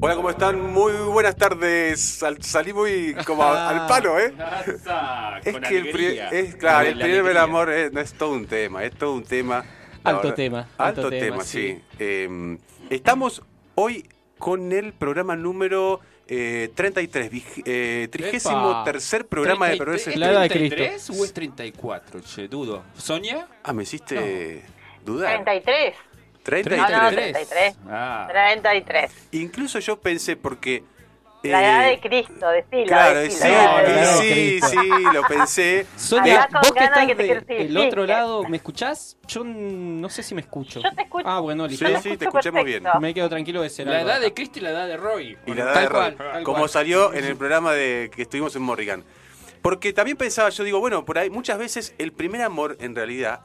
Hola, ¿cómo están? Muy buenas tardes. Al- salí muy como a- al palo, ¿eh? Asa, Es con que el, pri- alegría. es, claro, Con el la primer del alegría. amor es, no es todo un tema, es todo un tema. la Alto tema, Alto, alto tema, tema, sí. sí. Eh, estamos hoy con el programa número eh, 33, vig- eh, trigésimo Epa. tercer programa de Progreso. La edad de ¿Es 33 Cristo. o es 34? Che, dudo. ¿Sonia? Ah, me hiciste dudar. 33. 33. Ah, no, 33. Ah, 33. Incluso yo pensé porque... La eh, edad de Cristo, decila. Claro, decila. sí, la edad de sí, Cristo. sí, lo pensé. Sonia, Hablá con vos que ganas estás de que te del quiero decir, el sí, otro que- lado, ¿me escuchás? Yo mm, no sé si me escucho. Yo te escucho. Ah, bueno, Sí, listo. Yo sí, te escucho escuchamos bien. perfecto. Me quedo tranquilo de ser la algo edad de acá. Cristo y la edad de Roy. Y la Tal edad de cual, Roy, tal como cual. salió en el programa de que estuvimos en Morrigan. Porque también pensaba, yo digo, bueno, por ahí muchas veces el primer amor en realidad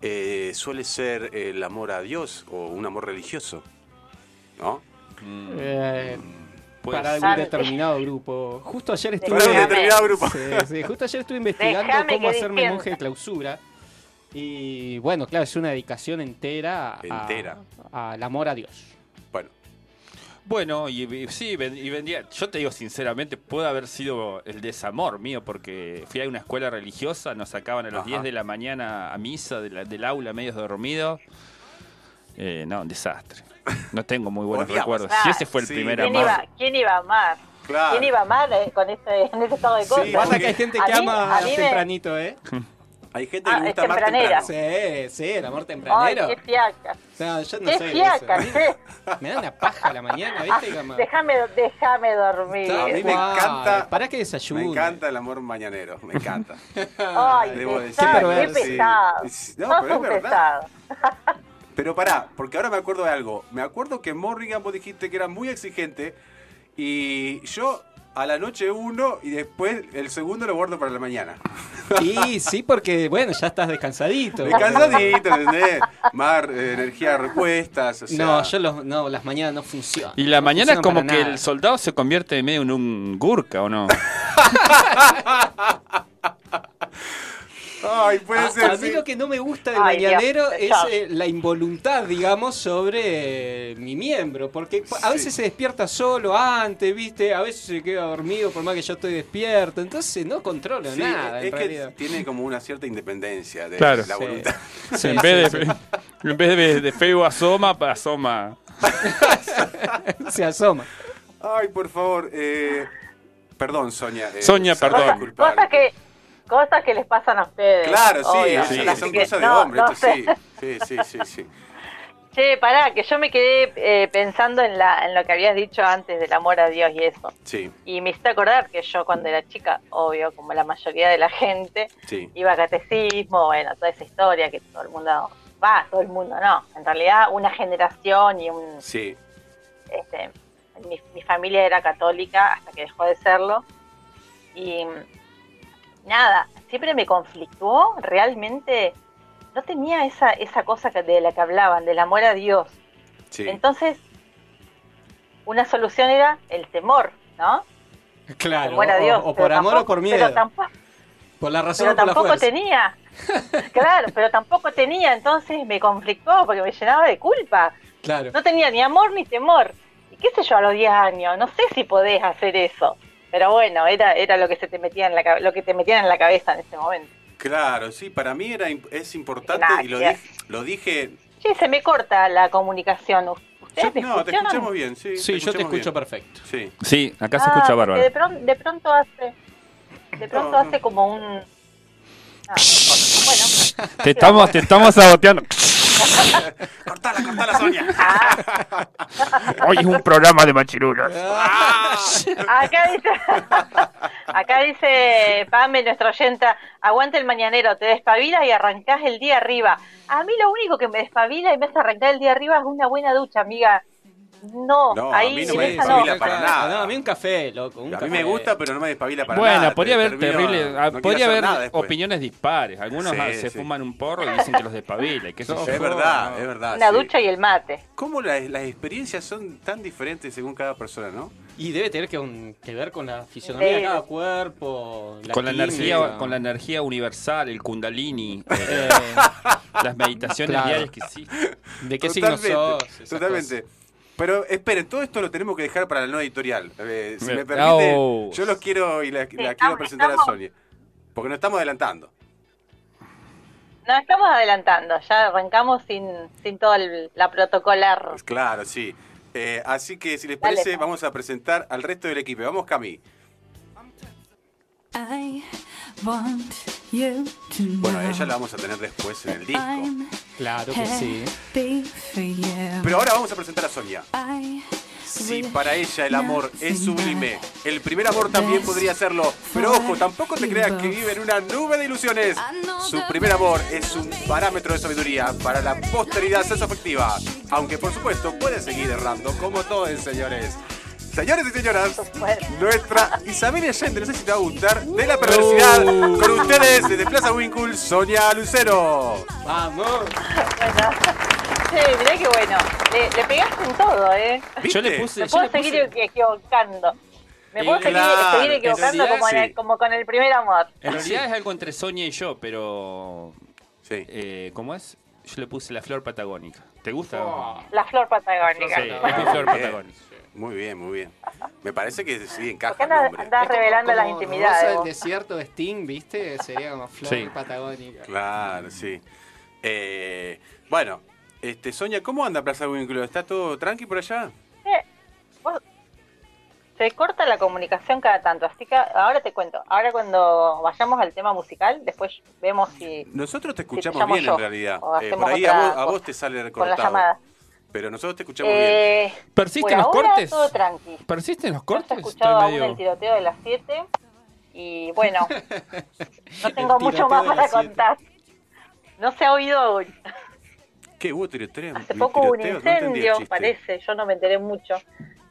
eh, suele ser el amor a Dios o un amor religioso. ¿No? Mm, Eh, puede para ser. algún determinado grupo. Justo ayer estuve. Para un determinado grupo. Sí, sí, Justo ayer estuve investigando Déjame cómo que hacerme defienda. monje de clausura. Y bueno, claro, es una dedicación entera. a- Entera. Al amor a Dios. Bueno, Bueno, y, y sí, ven- y vendría. Yo te digo sinceramente, puede haber sido el desamor mío, porque fui a una escuela religiosa, nos sacaban a las Ajá. 10 de la mañana a misa de la- del aula, medio dormido. Eh, no, un desastre. No tengo muy buenos Odiabas. recuerdos. Ah, Si ese fue el Sí. primer ¿Quién amor. iba, ¿Quién iba a amar? Claro. ¿Quién iba a amar eh, con este, en este estado de Sí, cosas? Pasa que porque- hay gente A que mí- ama a mí me- tempranito, ¿eh? hay gente que Ah, le gusta es más tempranera. temprano. Sí, sí, el amor Ay, tempranero. qué fiaca. No, yo no qué sé. fiaca, eso. che. Me da una paja a la mañana, Ah, ¿viste? Como- Déjame, déjame dormir. A mí me Eh, Guau, encanta- Pará que desayuno. Me encanta el amor mañanero, me encanta. Ay, Debo decir, pesado, qué qué perverso. pesado. Sí. No, Sos pero es un verdad. pesado. Pero pará, porque ahora me acuerdo de algo. Me acuerdo que Morrigan vos dijiste que era muy exigente y yo a la noche uno y después el segundo lo guardo para la mañana. Sí, sí, porque bueno, ya estás descansadito. Descansadito, Eh, ¿entendés? Mar, eh, energía repuestas, o sea, No, yo los, no, las mañanas no funcionan. Y la No mañana es como funcionan que para nada. el soldado se convierte en medio en un gurka, ¿o no? Ay, puede A- ser, a mí sí. lo que no me gusta del Ay, Dios, mañanero es chao. eh, la involuntad, digamos, sobre eh, mi miembro. Porque cu- a Sí. veces se despierta solo antes, ¿viste? A veces se queda dormido por más que yo estoy despierto. Entonces no controlo Sí, nada, es en que realidad. tiene como una cierta independencia de Claro. la Sí. voluntad. Sí, en, sí, vez sí. de, en vez de, de feo asoma, pa- asoma. Se asoma. Ay, por favor, eh, perdón, Sonia. eh, Sonia, sabrás perdón. disculpar. Cosas que, cosas que les pasan a ustedes. Claro, sí, obvio. sí, Así son que, cosas de no, hombre, no esto sé. sí. Sí, sí, sí, sí. Che, pará, que yo me quedé eh, pensando en, la, en lo que habías dicho antes del amor a Dios y eso. Sí, Y me hiciste acordar que yo cuando era chica, obvio, como la mayoría de la gente, sí. iba a catecismo, bueno, toda esa historia que todo el mundo va, todo el mundo no. En realidad una generación y un... Sí, Este, mi, mi familia era católica hasta que dejó de serlo. Y nada, siempre me conflictuó, realmente no tenía esa, esa cosa que- de la que hablaban, del amor a Dios. sí. Entonces, una solución era el temor, ¿no? Claro. Temor a o- Dios. o, por pero amor tampoco- o por miedo. Pero tampoco, por la razón pero o por la tampoco fuerza. tenía. Claro, pero tampoco tenía, entonces me conflictó porque me llenaba de culpa. Claro. No tenía ni amor ni temor. Y qué sé yo, a los 10 años, no sé si podés hacer eso. Pero bueno, era, era lo que se te metía en la cabe- lo que te metían en la cabeza en ese momento. Claro, sí, para mí era imp- es importante Nah, y lo, ya. dije, lo dije. Sí, se me corta la comunicación. ¿Ustedes me Yo- no, te escucharon? escuchamos bien, sí. Sí, yo te escuchamos escucho bien. perfecto. Sí, Sí, acá se Ah, escucha porque bárbaro. De, pron- de pronto hace, de pronto No, no. hace como un... ah, bueno, Te estamos, te estamos saboteando. cortala, cortala, Sonia. Ah. Hoy es un programa de machirulos. Ah. acá dice, acá dice Pame, nuestra oyenta, aguanta el mañanero, te despabila y arrancás el día arriba. A mí lo único que me despabila y me hace arrancar el día arriba es una buena ducha, amiga. No, No, a ahí mí no en me esa despabila no. para claro. nada. No, a mí un café, loco. un A mí café. me gusta, pero no me despabila para bueno, nada. podría Te haber termino- terrible, no ah, quiero podría hacer haber nada después. opiniones dispares. Algunos Sí, ah, se sí. fuman un porro y dicen que los despabila. y qué sé yo. Es verdad, es verdad. Una sí. ducha y el mate. ¿Cómo la- las experiencias son tan diferentes según cada persona, no? Y debe tener que, un- que ver con la fisionomía de Sí. cada cuerpo. Con la química. energía, con la energía universal, el kundalini, eh, Eh, las meditaciones Claro. diarias que sí. ¿De qué signo totalmente, sos? Esas Totalmente. Pero esperen, todo esto lo tenemos que dejar para la nueva editorial. Eh, si Bien. me permite, Oh. yo los quiero y la, la quiero estamos- presentar a estamos- Sonia. Porque nos estamos adelantando. No, estamos adelantando, ya arrancamos sin, sin toda el- la protocolar. Pues claro, sí. Eh, así que si les Dale, parece, Pau. vamos a presentar al resto del equipo. Vamos, Cami. I want you to know. Bueno, a ella la vamos a tener después en el disco. I'm Claro que sí. happy for you. Pero ahora vamos a presentar a Sonia. I Si para ella el amor es sublime, el primer amor también podría serlo. Pero ojo, tampoco te creas que vive en una nube de ilusiones. Su primer amor es un parámetro de sabiduría para la posteridad sexoafectiva. Aunque por supuesto puede seguir errando como todos, señores. Señores y señoras, nuestra Isabel Allende no sé si te va a gustar de la perversidad. Con ustedes, desde Plaza Winkle, Sonia Lucero. Vamos. Bueno, sí, mirá qué bueno. Le, le pegaste en todo, ¿eh? Yo le ¿Viste? puse. Me Yo le puedo puse- seguir equivocando. Me puedo Y seguir, claro, seguir en equivocando realidad como, en el- sí. como con el primer amor. En realidad es algo entre Sonia y yo, pero. Sí. eh, ¿Cómo es? Yo le puse la flor patagónica. ¿Te gusta? Oh, La flor Sí, patagónica. es mi flor patagónica. Muy bien, muy bien. Me parece que sí ¿Por qué encaja el andas, nombre. Es como- revelando como las intimidades? Rosa del vos? desierto de Sting, ¿viste? Sería como flor Sí. patagónica. Claro, sí. Eh, bueno, este, Sonia, ¿cómo anda Plaza Vínculo? ¿Está todo tranqui por allá? Eh, vos- Se corta la comunicación cada tanto, así que ahora te cuento. Ahora cuando vayamos al tema musical, después vemos si Nosotros te te escuchamos llamo bien yo, en realidad. o Eh, hacemos por ahí a otra vos, a vos cosa, te sale con la cortado. llamada. Pero nosotros te escuchamos bien. Eh, ¿Persisten por los ahora cortes? todo tranqui. ¿Persisten los No se ha cortes? escuchado Estoy aún medio- el tiroteo de las 7 y bueno, no tengo El mucho tiroteo más de para las siete. contar. No se ha oído aún. ¿Qué hubo tiroteo? Hace poco hubo un tiroteos? No entendí el incendio, chiste. parece. Yo no me enteré mucho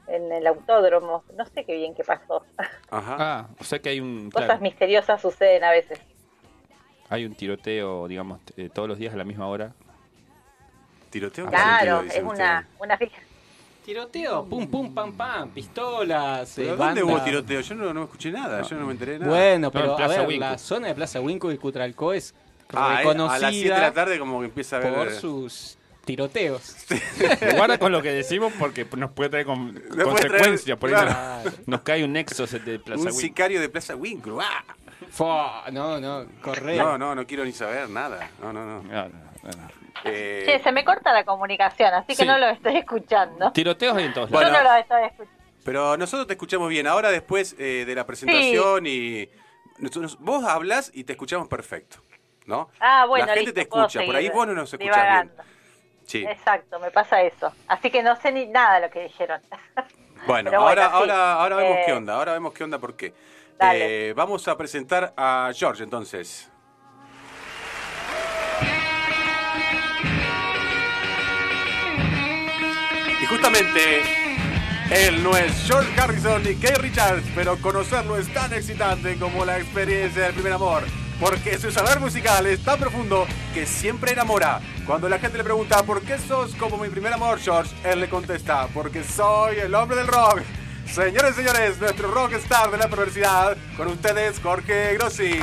en el autódromo. No sé qué bien que pasó. Ajá. Ah, o sea que hay un. Cosas claro, misteriosas suceden a veces. hay un tiroteo, digamos, eh, todos los días a la misma hora. Tiroteo. Claro, ¿Qué es sentido dice una, usted? una fija. Tiroteo, pum, pum, pam, pam, pistolas. ¿Pero eh, ¿Dónde banda. hubo tiroteo? Yo no, no escuché nada, yo no me enteré de nada. Bueno, No, pero en a Plaza ver, Winco. la zona de Plaza Winco y Cutralcó es Ah, eh, a las 7 de la reconocida tarde como que empieza a ver... eh. por sus tiroteos. Guarda con lo que decimos porque nos puede traer con- traer- consecuencias. por ahí claro. nos, nos cae un nexo de Plaza un Wing. sicario de Plaza Winkle. ¡Ah! Fua, no, no, corre. No, no, no quiero ni saber nada. No, no, no. Ah, no, no, Eh, Che, se me corta la comunicación, así que Sí. no lo estoy escuchando. no. Tiroteos hay en todos Bueno. lados. Yo no lo estoy escuchando. Pero nosotros te escuchamos bien. Ahora después eh, de la presentación y nosotros- vos hablas y te escuchamos perfecto, ¿no? Ah, bueno, la gente listo, te puedo escucha. Por ahí seguir vos no nos escuchás divagando. bien. Sí. Exacto, me pasa eso. Así que no sé ni nada de lo que dijeron. Bueno, Pero ahora, bueno, sí. ahora, ahora vemos Eh, qué onda. Ahora vemos qué onda por qué. dale. Eh, vamos a presentar a George entonces. Y justamente él no es George Harrison ni Kay Richards, pero conocerlo es tan excitante como la experiencia del primer amor. Porque su saber musical es tan profundo que siempre enamora. Cuando la gente le pregunta por qué sos como mi primer amor, George, él le contesta, porque soy el hombre del rock. Señores y señores, nuestro rockstar de la perversidad, con ustedes Jorge Grossi.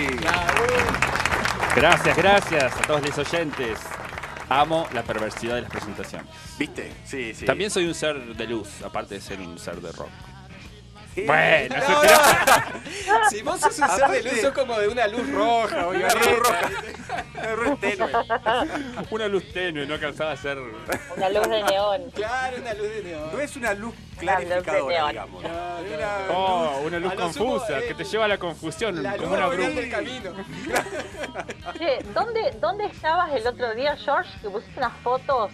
Gracias, gracias a todos los oyentes. Amo la perversidad de las presentaciones. ¿Viste? Sí, sí. También soy un ser de luz, aparte de ser un ser de rock. Eh, Bueno, no, se no. Si vos sos un ser de luz, sos como de una luz roja, Una violeta. luz roja. Una luz tenue. Una luz tenue, no alcanzaba a ser. Una luz de neón. Claro, una luz de No neón. es una luz Una luz de clarificadora, neón. digamos. No, no, Una Oh, una luz A lo sumo, confusa eh, que te lleva a la confusión, La luz como una original bruma. del camino. Che, ¿dónde, ¿dónde estabas el otro día, George? Que pusiste unas fotos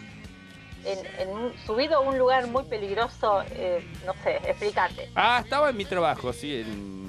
en, en un- subido a un lugar muy peligroso. eh, no sé, explícate. Ah, estaba en mi trabajo, sí. En...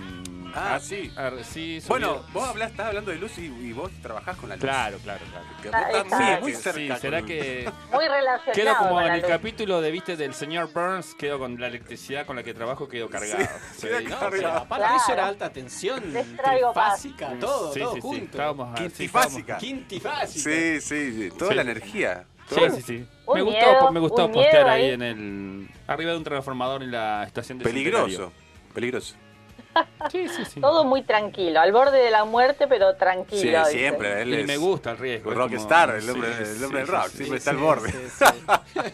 Ah, ar- sí. ar- sí, subí- Bueno, vos hablás, estás hablando de luz y, y vos trabajás con la luz. Claro, claro, claro. Que vos Ah, estás muy, exacto. muy Sí, cerca. con ¿Será el- que Muy relacionado. quedo como con en la el luz. capítulo de viste del señor Burns? Quedo con la electricidad con la que trabajo, quedo cargado. Sí, queda ¿no? No, pero Claro. aparte eso era alta tensión, Les traigo paz. trifásica, todo, Sí, todo sí, sí, junto. estábamos- sí, Quintifásica. Quintifásica. Sí, sí, sí, toda Sí. la energía. Sí, sí, sí. Un me gustó, miedo, me gustó un miedo postear ahí ahí. en el. arriba de un transformador en la estación de Peligroso, peligroso. Sí, sí, sí. Todo muy tranquilo, al borde de la muerte, pero tranquilo. Sí, dice. siempre. Él Y es me gusta el riesgo. es Rockstar, como- el hombre, sí, el hombre del sí, rock. sí, sí. siempre está al borde.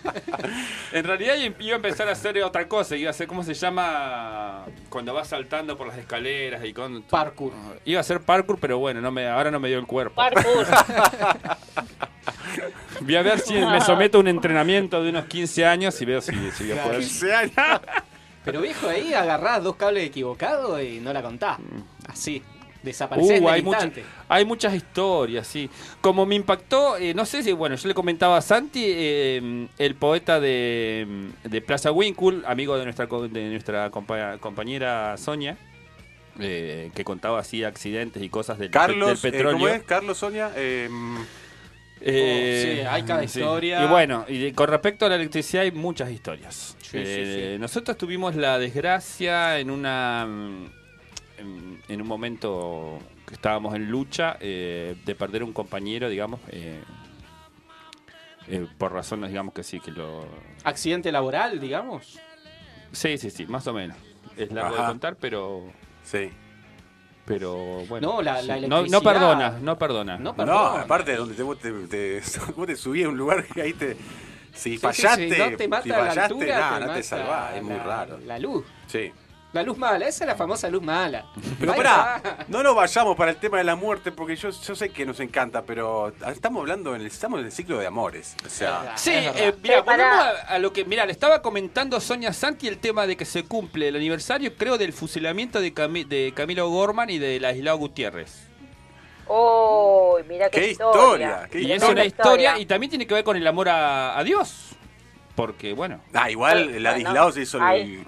En realidad yo iba a empezar a hacer otra cosa, iba a hacer, ¿cómo se llama? Cuando vas saltando por las escaleras y con... Parkour. Iba a hacer parkour, pero bueno, no me, ahora no me dio el cuerpo. Parkour. Voy a ver si me someto a un entrenamiento de unos 15 años y veo si, si voy a poder. 15 años. Pero viejo, ahí agarrás dos cables equivocados y no la contás. Así. Desaparecés Uh, del hay, mucha- instante. hay muchas historias, sí. Como me impactó, eh, no sé si, bueno, yo le comentaba a Santi, eh, el poeta de, em, de Plaza Winkle, amigo de nuestra, co- de nuestra compa- compañera Sonia, eh, que contaba así accidentes y cosas del, Carlos, del eh, ¿cómo petróleo. es? Carlos Sonia. eh, mm, Eh, Oh, sí, hay cada historia. Y bueno, y de- con respecto a la electricidad hay muchas historias. Sí, Eh, sí, sí. Nosotros tuvimos la desgracia en una mm, en, en un momento que estábamos en lucha eh, de perder un compañero, digamos, eh, eh, por razones, digamos que sí, que lo... Accidente laboral, digamos. Sí, sí, sí, más o menos. Es largo de Ajá. contar, pero... sí. Pero bueno, No, la- sí. la no, no electricidad- perdona, no perdona. No No, Perdón. aparte, donde te, vos te, te- vos te subí a un lugar que ahí te. Si Sí, sí, sí, fallaste, no te mata si la fallaste, altura, nah, te no mata te salvás, es muy la- raro. La luz. Sí. La luz mala, esa es la famosa luz mala. Pero Ahí pará, está. no nos vayamos para el tema de la muerte, porque yo, yo sé que nos encanta, pero estamos hablando en el, estamos en el ciclo de amores. O sea, Sí, Es verdad. eh, mira, Sí, pará. volvemos a, a lo que. Mira, le estaba comentando Sonia Santi el tema de que se cumple el aniversario, creo, del fusilamiento de, Cami- de Camilo Gorman y de Laislao Gutiérrez. Uy, mira qué, qué historia. qué Y es historia. una Una historia historia. y también tiene que ver con el amor a, a Dios. Porque, bueno. Ah, Bueno, igual Ladislao se hizo el, ahí.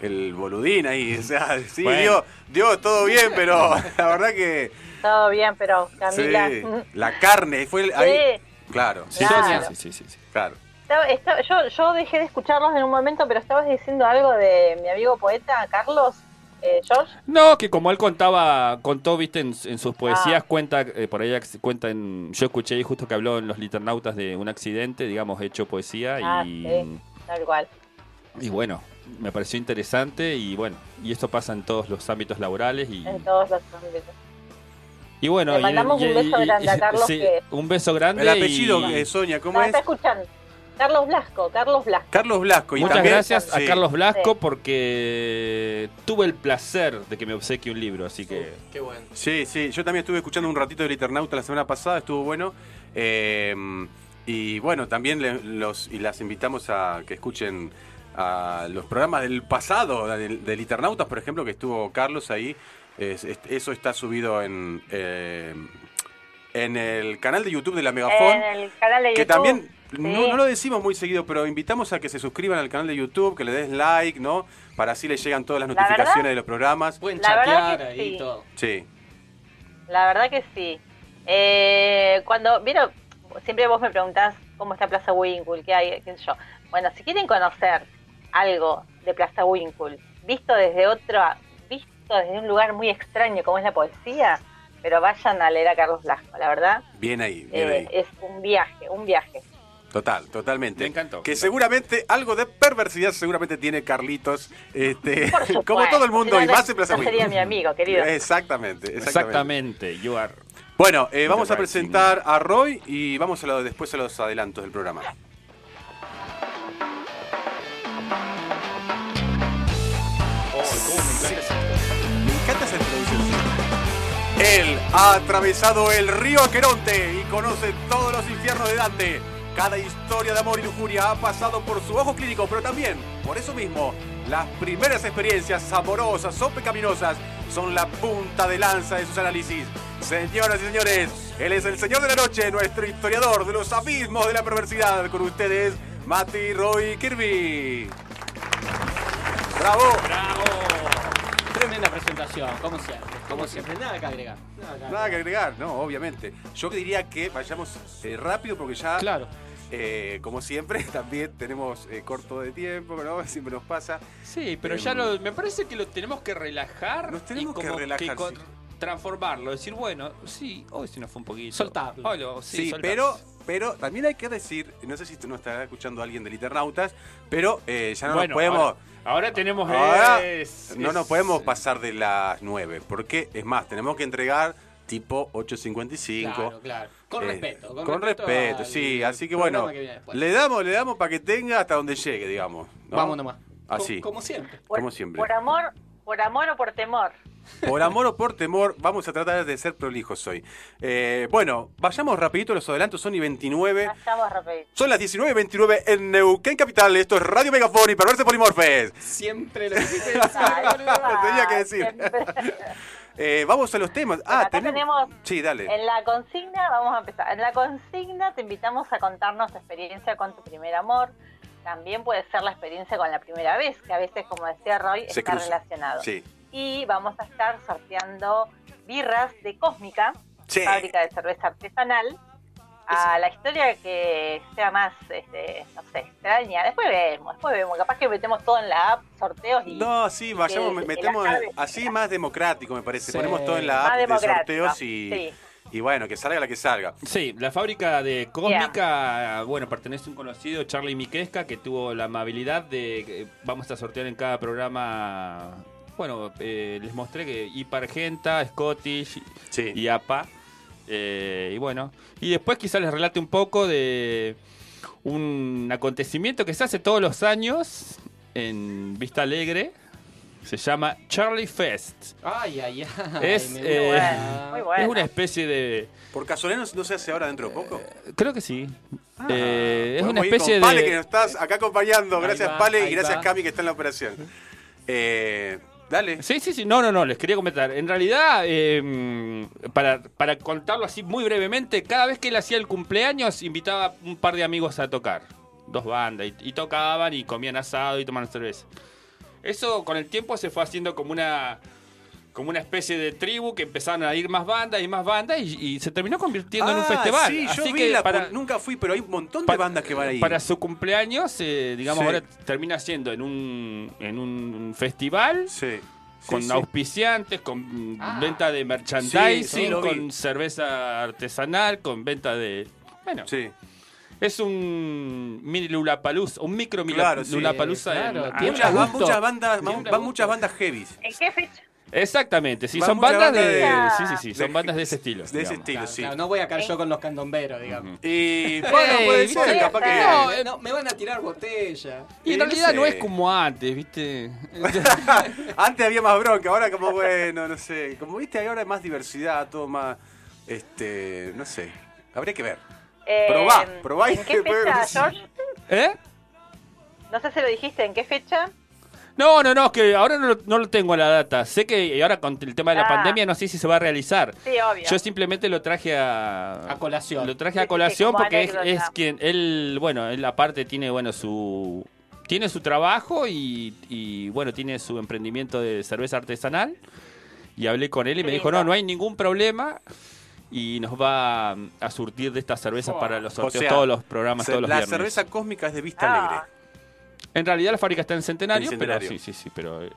el boludín ahí. O sea, sí, Bueno. dio, dio todo bien, pero la verdad que. Todo bien, pero Camila. mm, sí, la carne fue el- ahí. Claro, Sí, Claro. sí, sí, sí, sí. claro. Estaba- estaba- yo, yo dejé de escucharlos en un momento, pero estabas diciendo algo de mi amigo poeta Carlos, eh, George. No, que como él contaba, contó, viste, en, en sus poesías, Ah. cuenta, eh, por ahí ac- cuenta en, yo escuché ahí justo que habló en los liternautas de un accidente, digamos, hecho poesía Ah, y... sí, tal cual. Y bueno, me pareció interesante y bueno, y esto pasa en todos los ámbitos laborales y, En todos los ámbitos. y bueno. Le y- mandamos y- un beso y- grande a Carlos sí, que- Un beso grande. El apellido, y- eh, Sonia, ¿cómo No, es? está escuchando. Carlos Blasco, Carlos Blasco. Carlos Blasco. y Muchas también- gracias a sí. Carlos Blasco Sí. porque tuve el placer de que me obsequie un libro, así que Qué bueno. Sí, sí, yo también estuve escuchando un ratito de Liternauta la semana pasada, estuvo bueno. Eh, y bueno, también le- los y las invitamos a que escuchen a los programas del pasado de, de Liternautas, por ejemplo, que estuvo Carlos ahí. Es- es- eso está subido en eh, en el canal de YouTube de la Megafon. En el canal de YouTube. Que también, no, Sí. no lo decimos muy seguido, pero invitamos a que se suscriban al canal de YouTube, que le des like, ¿no? Para así le llegan todas las La verdad- notificaciones de los programas. Pueden La verdad chatear que ahí sí. y todo. Sí, La verdad que sí. Eh, cuando, vieron, siempre vos me preguntás cómo está Plaza Winkle, qué hay, qué sé yo. Bueno, si quieren conocer algo de Plaza Winkle, visto desde otro, visto desde un lugar muy extraño como es la poesía, pero vayan a leer a Carlos Blasco, la verdad, bien ahí, bien eh, ahí. es un viaje, un viaje. Total, totalmente. Me encantó. Que seguramente algo de perversidad seguramente tiene Carlitos, este, Por supuesto, como todo el mundo, si y no, más no- en Plaza no Winkle. sería mi amigo, querido. Exactamente, exactamente. exactamente, you are- Bueno, eh, vamos a Enterprise, presentar a Roy y vamos a lo- después a los adelantos del programa. Me encanta esa introducción. Él ha atravesado el río Aqueronte y conoce todos los infiernos de Dante. Cada historia de amor y lujuria ha pasado por su ojo clínico, pero también, por eso mismo, las primeras experiencias amorosas o pecaminosas son la punta de lanza de sus análisis. Señoras y señores, él es el señor de la noche, nuestro historiador de los abismos de la perversidad. Con ustedes, Mati Roy Kirby. ¡Bravo! ¡Bravo! Tremenda presentación, como siempre. Como siempre, nada que agregar. Nada que Nada agregar. que agregar, no, obviamente. Yo diría que vayamos eh, rápido porque ya, Claro. eh, como siempre, también tenemos eh, corto de tiempo, ¿no? Siempre nos pasa. Sí, pero Eh, ya lo, me parece que lo tenemos que relajar. Nos tenemos y como que relajar, con- sí. transformarlo, decir, bueno, sí, hoy sí nos fue un poquito. Soltarlo. Hoy lo- sí, Sí, soltarlo. pero Pero también hay que decir, no sé si no estará escuchando alguien del Internautas, pero eh, ya no nos Bueno, podemos. Ahora, ahora tenemos. Ahora es- no es- nos eh. podemos pasar de las 9, porque es más, tenemos que entregar tipo 8.55. Claro, claro. Con Eh, respeto. Con, con respeto, al sí. Así que bueno, programa que viene después. le damos, le damos para que tenga hasta donde llegue, digamos. ¿no? Ah, Vamos nomás. Así. Co- Como siempre. Por- Como siempre. Por amor, por amor o por temor. Por amor o por temor, vamos a tratar de ser prolijos hoy. Eh, bueno, vayamos rapidito, los adelantos son y 29. Ya estamos rapidito. Son las 19.29 en Neuquén Capital. Esto es Radio Megafon y Perverse Polimorfes. Siempre lo que quise decir, boludo. Lo tenía que decir. Eh, vamos a los temas. Ah, acá tenemos- Sí, dale. En la consigna, vamos a empezar. En la consigna te invitamos a contarnos tu experiencia con tu primer amor. También puede ser la experiencia con la primera vez, que a veces, como decía Roy, Se está cruza. relacionado. Sí. Y vamos a estar sorteando birras de Cósmica, Sí. fábrica de cerveza artesanal. A la historia que sea más, este, no sé, extraña. Después vemos, después vemos. Capaz que metemos todo en la app, sorteos y No, sí, vayamos, que- metemos que la sabe. así más democrático, me parece. Sí. Ponemos todo en la más app de democrático. sorteos y, Sí. y bueno, que salga la que salga. Sí, la fábrica de Cósmica, bueno, pertenece a un conocido, Charlie Miquesca, que tuvo la amabilidad de, eh, vamos a sortear en cada programa, bueno, eh, les mostré que Hipargenta, Scottish Sí. y APA, eh, y bueno, y después quizás les relate un poco de un acontecimiento que se hace todos los años en Vista Alegre, se llama Charlie Fest. Ay, ay, ay. Es, me eh, gusta. muy Es Bueno. una especie de... ¿Por casualidad no, no se hace ahora dentro de poco? Creo que sí. Eh, es una Ah, Podemos ir especie con Pale, de... que nos estás acá acompañando. Ahí Gracias, va, Pale, ahí y gracias, va. Cami, que está en la operación. Eh, dale. Sí, sí, sí, no, no, no, les quería comentar. En realidad, eh, para, para contarlo así muy brevemente, cada vez que él hacía el cumpleaños, invitaba un par de amigos a tocar. Dos bandas, y, y tocaban y comían asado y tomaban cerveza. Eso con el tiempo se fue haciendo como una como una especie de tribu que empezaron a ir más bandas y más bandas y, y se terminó convirtiendo en un Ah, festival. Sí, yo Así vi que la- para- nunca fui, pero hay un montón de Pa- bandas que van ahí. Para su cumpleaños, eh, digamos, Sí. ahora termina siendo en un, en un festival. Sí. Sí, Con sí. auspiciantes, con Ah. venta de merchandising, Sí, sí, lo vi. con cerveza artesanal, con venta de. Bueno, Sí. es un mini Lulapaluz, un micro Claro, sí. Lulapalooza en- Claro, ah, tiene Muchas, van, gusto. muchas bandas, van, Siempre van gusto. muchas bandas heavies. ¿En qué fecha? Exactamente, sí, Va son mucha bandas banda de. de- sí, sí, sí, son de- bandas de ese De estilo. ese digamos. estilo, sí. Claro, no voy a Eh. caer yo con los candomberos, digamos. Y bueno, Ey, puede ¿viste? ser, capaz que. No, eh, No, me van a tirar botella. Y en no realidad no sé. es como antes, ¿viste? Antes había más bronca, ahora como bueno, no sé. Como viste, hay ahora más diversidad, todo más. Este. No sé. Habría que ver. Eh, Probá, probá y ¿En qué después fecha, ves. George? ¿Eh? No sé si lo dijiste, ¿en qué fecha? No, no, no, es que ahora no, lo- no lo tengo la data. Sé que ahora con el tema de la Ah. pandemia no sé si se va a realizar. Sí, obvio. Yo simplemente lo traje a, A colación. Lo traje Sí, sí, a sí, colación como porque es, anécdota. es quien él, bueno, él aparte tiene bueno su tiene su trabajo y, y, bueno tiene su emprendimiento de cerveza artesanal y hablé con él y Qué me dijo lindo. no, no hay ningún problema. Y nos va a surtir de estas cervezas Oh. para los sorteos, sea, todos los programas, Se- todos los la viernes. cerveza cósmica es de vista Ah. alegre. En realidad la fábrica está en Centenario, En Centenario. pero sí, sí, sí, pero eh,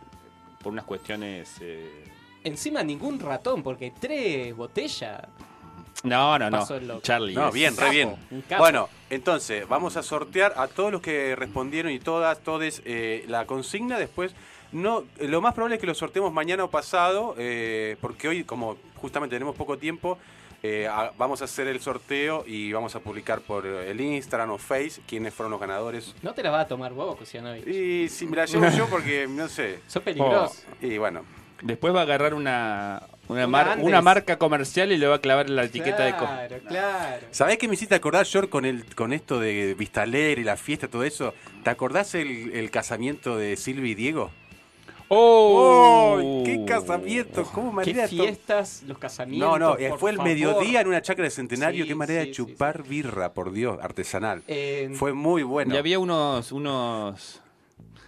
por unas cuestiones... eh, Encima ningún ratón, porque tres botellas. No, no, Pasó el no. loco. Charlie. No, es- bien, re capo, bien. un capo. Bueno, entonces, vamos a sortear a todos los que respondieron y todas, todes, eh, la consigna. Después, no eh, lo más probable es que lo sorteemos mañana o pasado, eh, porque hoy, como justamente tenemos poco tiempo, eh, a- vamos a hacer el sorteo y vamos a publicar por eh, el Instagram o Face quiénes fueron los ganadores. No te la vas a tomar vos, Kusianovich. Y si me la llevo yo, porque no sé. Sos Oh, peligroso. Y bueno, Después va a agarrar una, una, Una mar- Andes. una marca comercial y le va a clavar la etiqueta de co- Claro, claro. ¿Sabés qué me hiciste acordar, George, con el con esto de Vista Alegre y la fiesta, todo eso? ¿Te acordás el, el casamiento de Silvi y Diego? ¡Oh! ¡Oh! ¡Qué casamiento! ¿Cómo manera Qué de to- fiestas, los No, casamientos. no, eh, por fue el favor. mediodía en una chacra de centenario. Sí, ¡Qué manera sí, de sí, chupar birra, por Dios! Artesanal. Eh, Fue muy bueno. Y había unos, unos...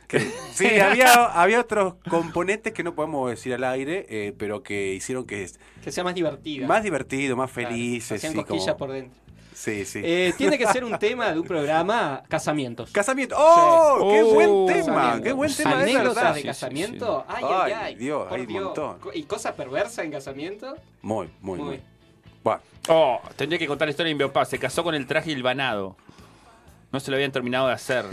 Sí, había, había otros componentes que no podemos decir al aire, eh, pero que hicieron que es que sea más divertida. más divertido, más Claro, felices. Hacían sí, como- cosquillas por dentro. sí, sí. Eh, tiene que ser un tema de un programa, casamientos. Casamiento. ¡Oh! Sí. ¡Qué Oh, buen tema! Casamientos. ¡Qué buen tema! Es Anécdotas verdad. Sí, de sí, casamiento. Ay, Ay, ay, ay. Dios, por hay un montón. Co- ¿Y cosas perversas en casamiento? Muy, muy, Muy. muy. Va. Oh, tendría que contar la historia de Inveopá. Se casó con el traje hilvanado. No se lo habían terminado de hacer.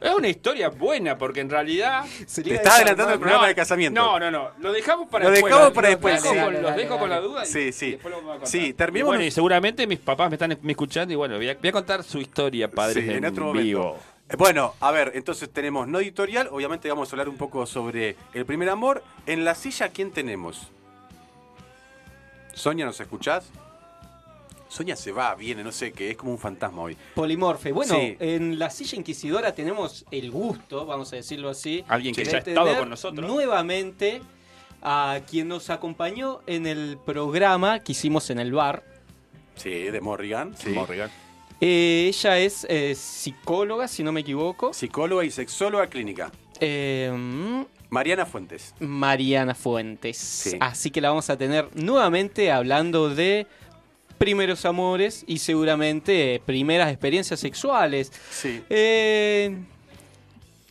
es una historia buena, porque en realidad. Te estás adelantando el programa de casamiento. No, no, no. Lo dejamos para Lo después. dejamos para después, dejo sí. con- los Dale, dejo dale, con la dale. duda. y Sí, sí. después lo vamos a contar. Sí, Y terminemos. bueno, y seguramente mis papás me están me escuchando y bueno, voy a, voy a contar su historia, padres, Sí, en, en otro vivo. momento. Eh, Bueno, a ver, entonces tenemos no editorial. Obviamente vamos a hablar un poco sobre el primer amor. En la silla, ¿quién tenemos? Sonia, ¿nos escuchás? Sonia se va, viene, no sé qué, es como un fantasma hoy. Polimorfe. Bueno, Sí. en la silla inquisidora tenemos el gusto, vamos a decirlo así. Alguien que de ya ha estado tener con nosotros. Nuevamente a quien nos acompañó en el programa que hicimos en el bar. Sí, de Morrigan. Sí. Morrigan. Eh, ella es eh, psicóloga, si no me equivoco. Psicóloga y sexóloga clínica. Eh, mm, Mariana Fuentes. Mariana Fuentes. Sí. Así que la vamos a tener nuevamente hablando de primeros amores y seguramente eh, primeras experiencias sexuales. Sí. Eh,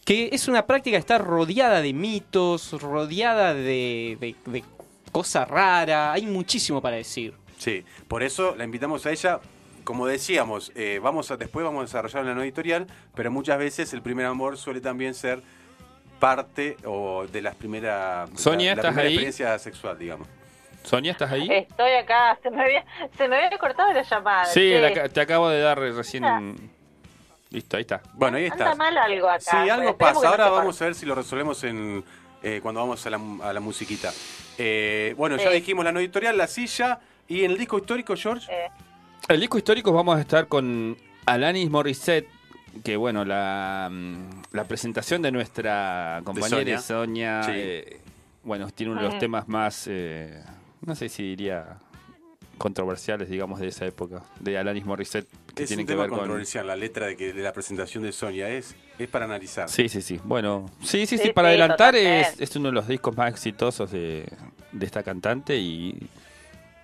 que es una práctica que está rodeada de mitos, rodeada de, de, de cosa rara. Hay muchísimo para decir. Sí, por eso la invitamos a ella. Como decíamos, eh, vamos a, después vamos a desarrollar una no editorial, pero muchas veces el primer amor suele también ser parte o de las primeras la, Sonia, la ¿estás primera ahí? experiencia sexual, digamos. Sonia, ¿estás ahí? Estoy acá, se me había, se me había cortado la llamada. sí, che. la ca- te acabo de dar eh, recién. Listo, ahí está. Bueno, ahí está. Anda mal algo acá. pues, Sí, algo Esperemos pasa. que no Ahora se vamos a ver si lo resolvemos en eh, cuando vamos a la, a la musiquita. Eh, bueno, ya Sí. dijimos la no editorial, la silla y en el disco histórico, George. Eh, El disco histórico vamos a estar con Alanis Morissette, que bueno, la, mm, la presentación de nuestra compañera Sonia. Sonia, Sí. eh, bueno, tiene uno de los Ujú. temas más, eh, no sé si diría controversiales, digamos, de esa época, de Alanis Morissette, que es tiene un que tema ver con... controversial, la letra de, que, de la presentación de Sonia es, es para analizar. Sí, sí, sí. Bueno, sí, sí, sí, Sí, para sí, adelantar es, totalmente. es uno de los discos más exitosos de, de esta cantante y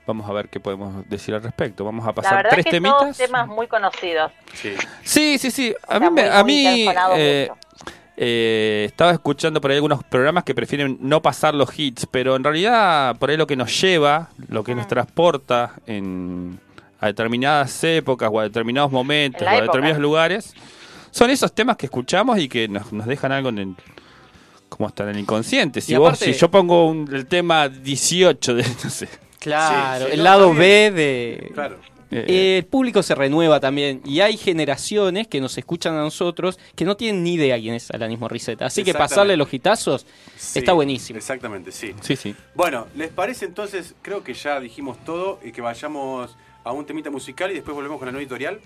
vamos a ver qué podemos decir al respecto. Vamos a la pasar verdad tres que temitas. todos temas muy conocidos. Sí. Sí, sí, sí. A Está mí, me- muy, a muy mí intercalado eh, mucho. eh, estaba escuchando por ahí algunos programas que prefieren no pasar los hits, pero en realidad por ahí lo que nos lleva, lo que nos transporta en, a determinadas épocas o a determinados momentos En o la a época. determinados lugares, son esos temas que escuchamos y que nos, nos dejan algo en el... Como hasta en el inconsciente. Si Y vos, aparte- si yo pongo un- el tema 18 de, no sé, Claro, Sí, sí, el no, lado está bien. B de... Claro. eh, Eh, el público se renueva también y hay generaciones que nos escuchan a nosotros que no tienen ni idea quién es Alanis Morissette. Así que Exactamente. pasarle los gitazos Sí, está buenísimo. Exactamente, sí. sí, sí. Bueno, ¿les parece entonces? Creo que ya dijimos todo y que vayamos a un temita musical y después volvemos con la nueva editorial.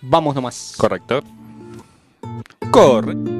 Vamos nomás. Correcto. Correcto.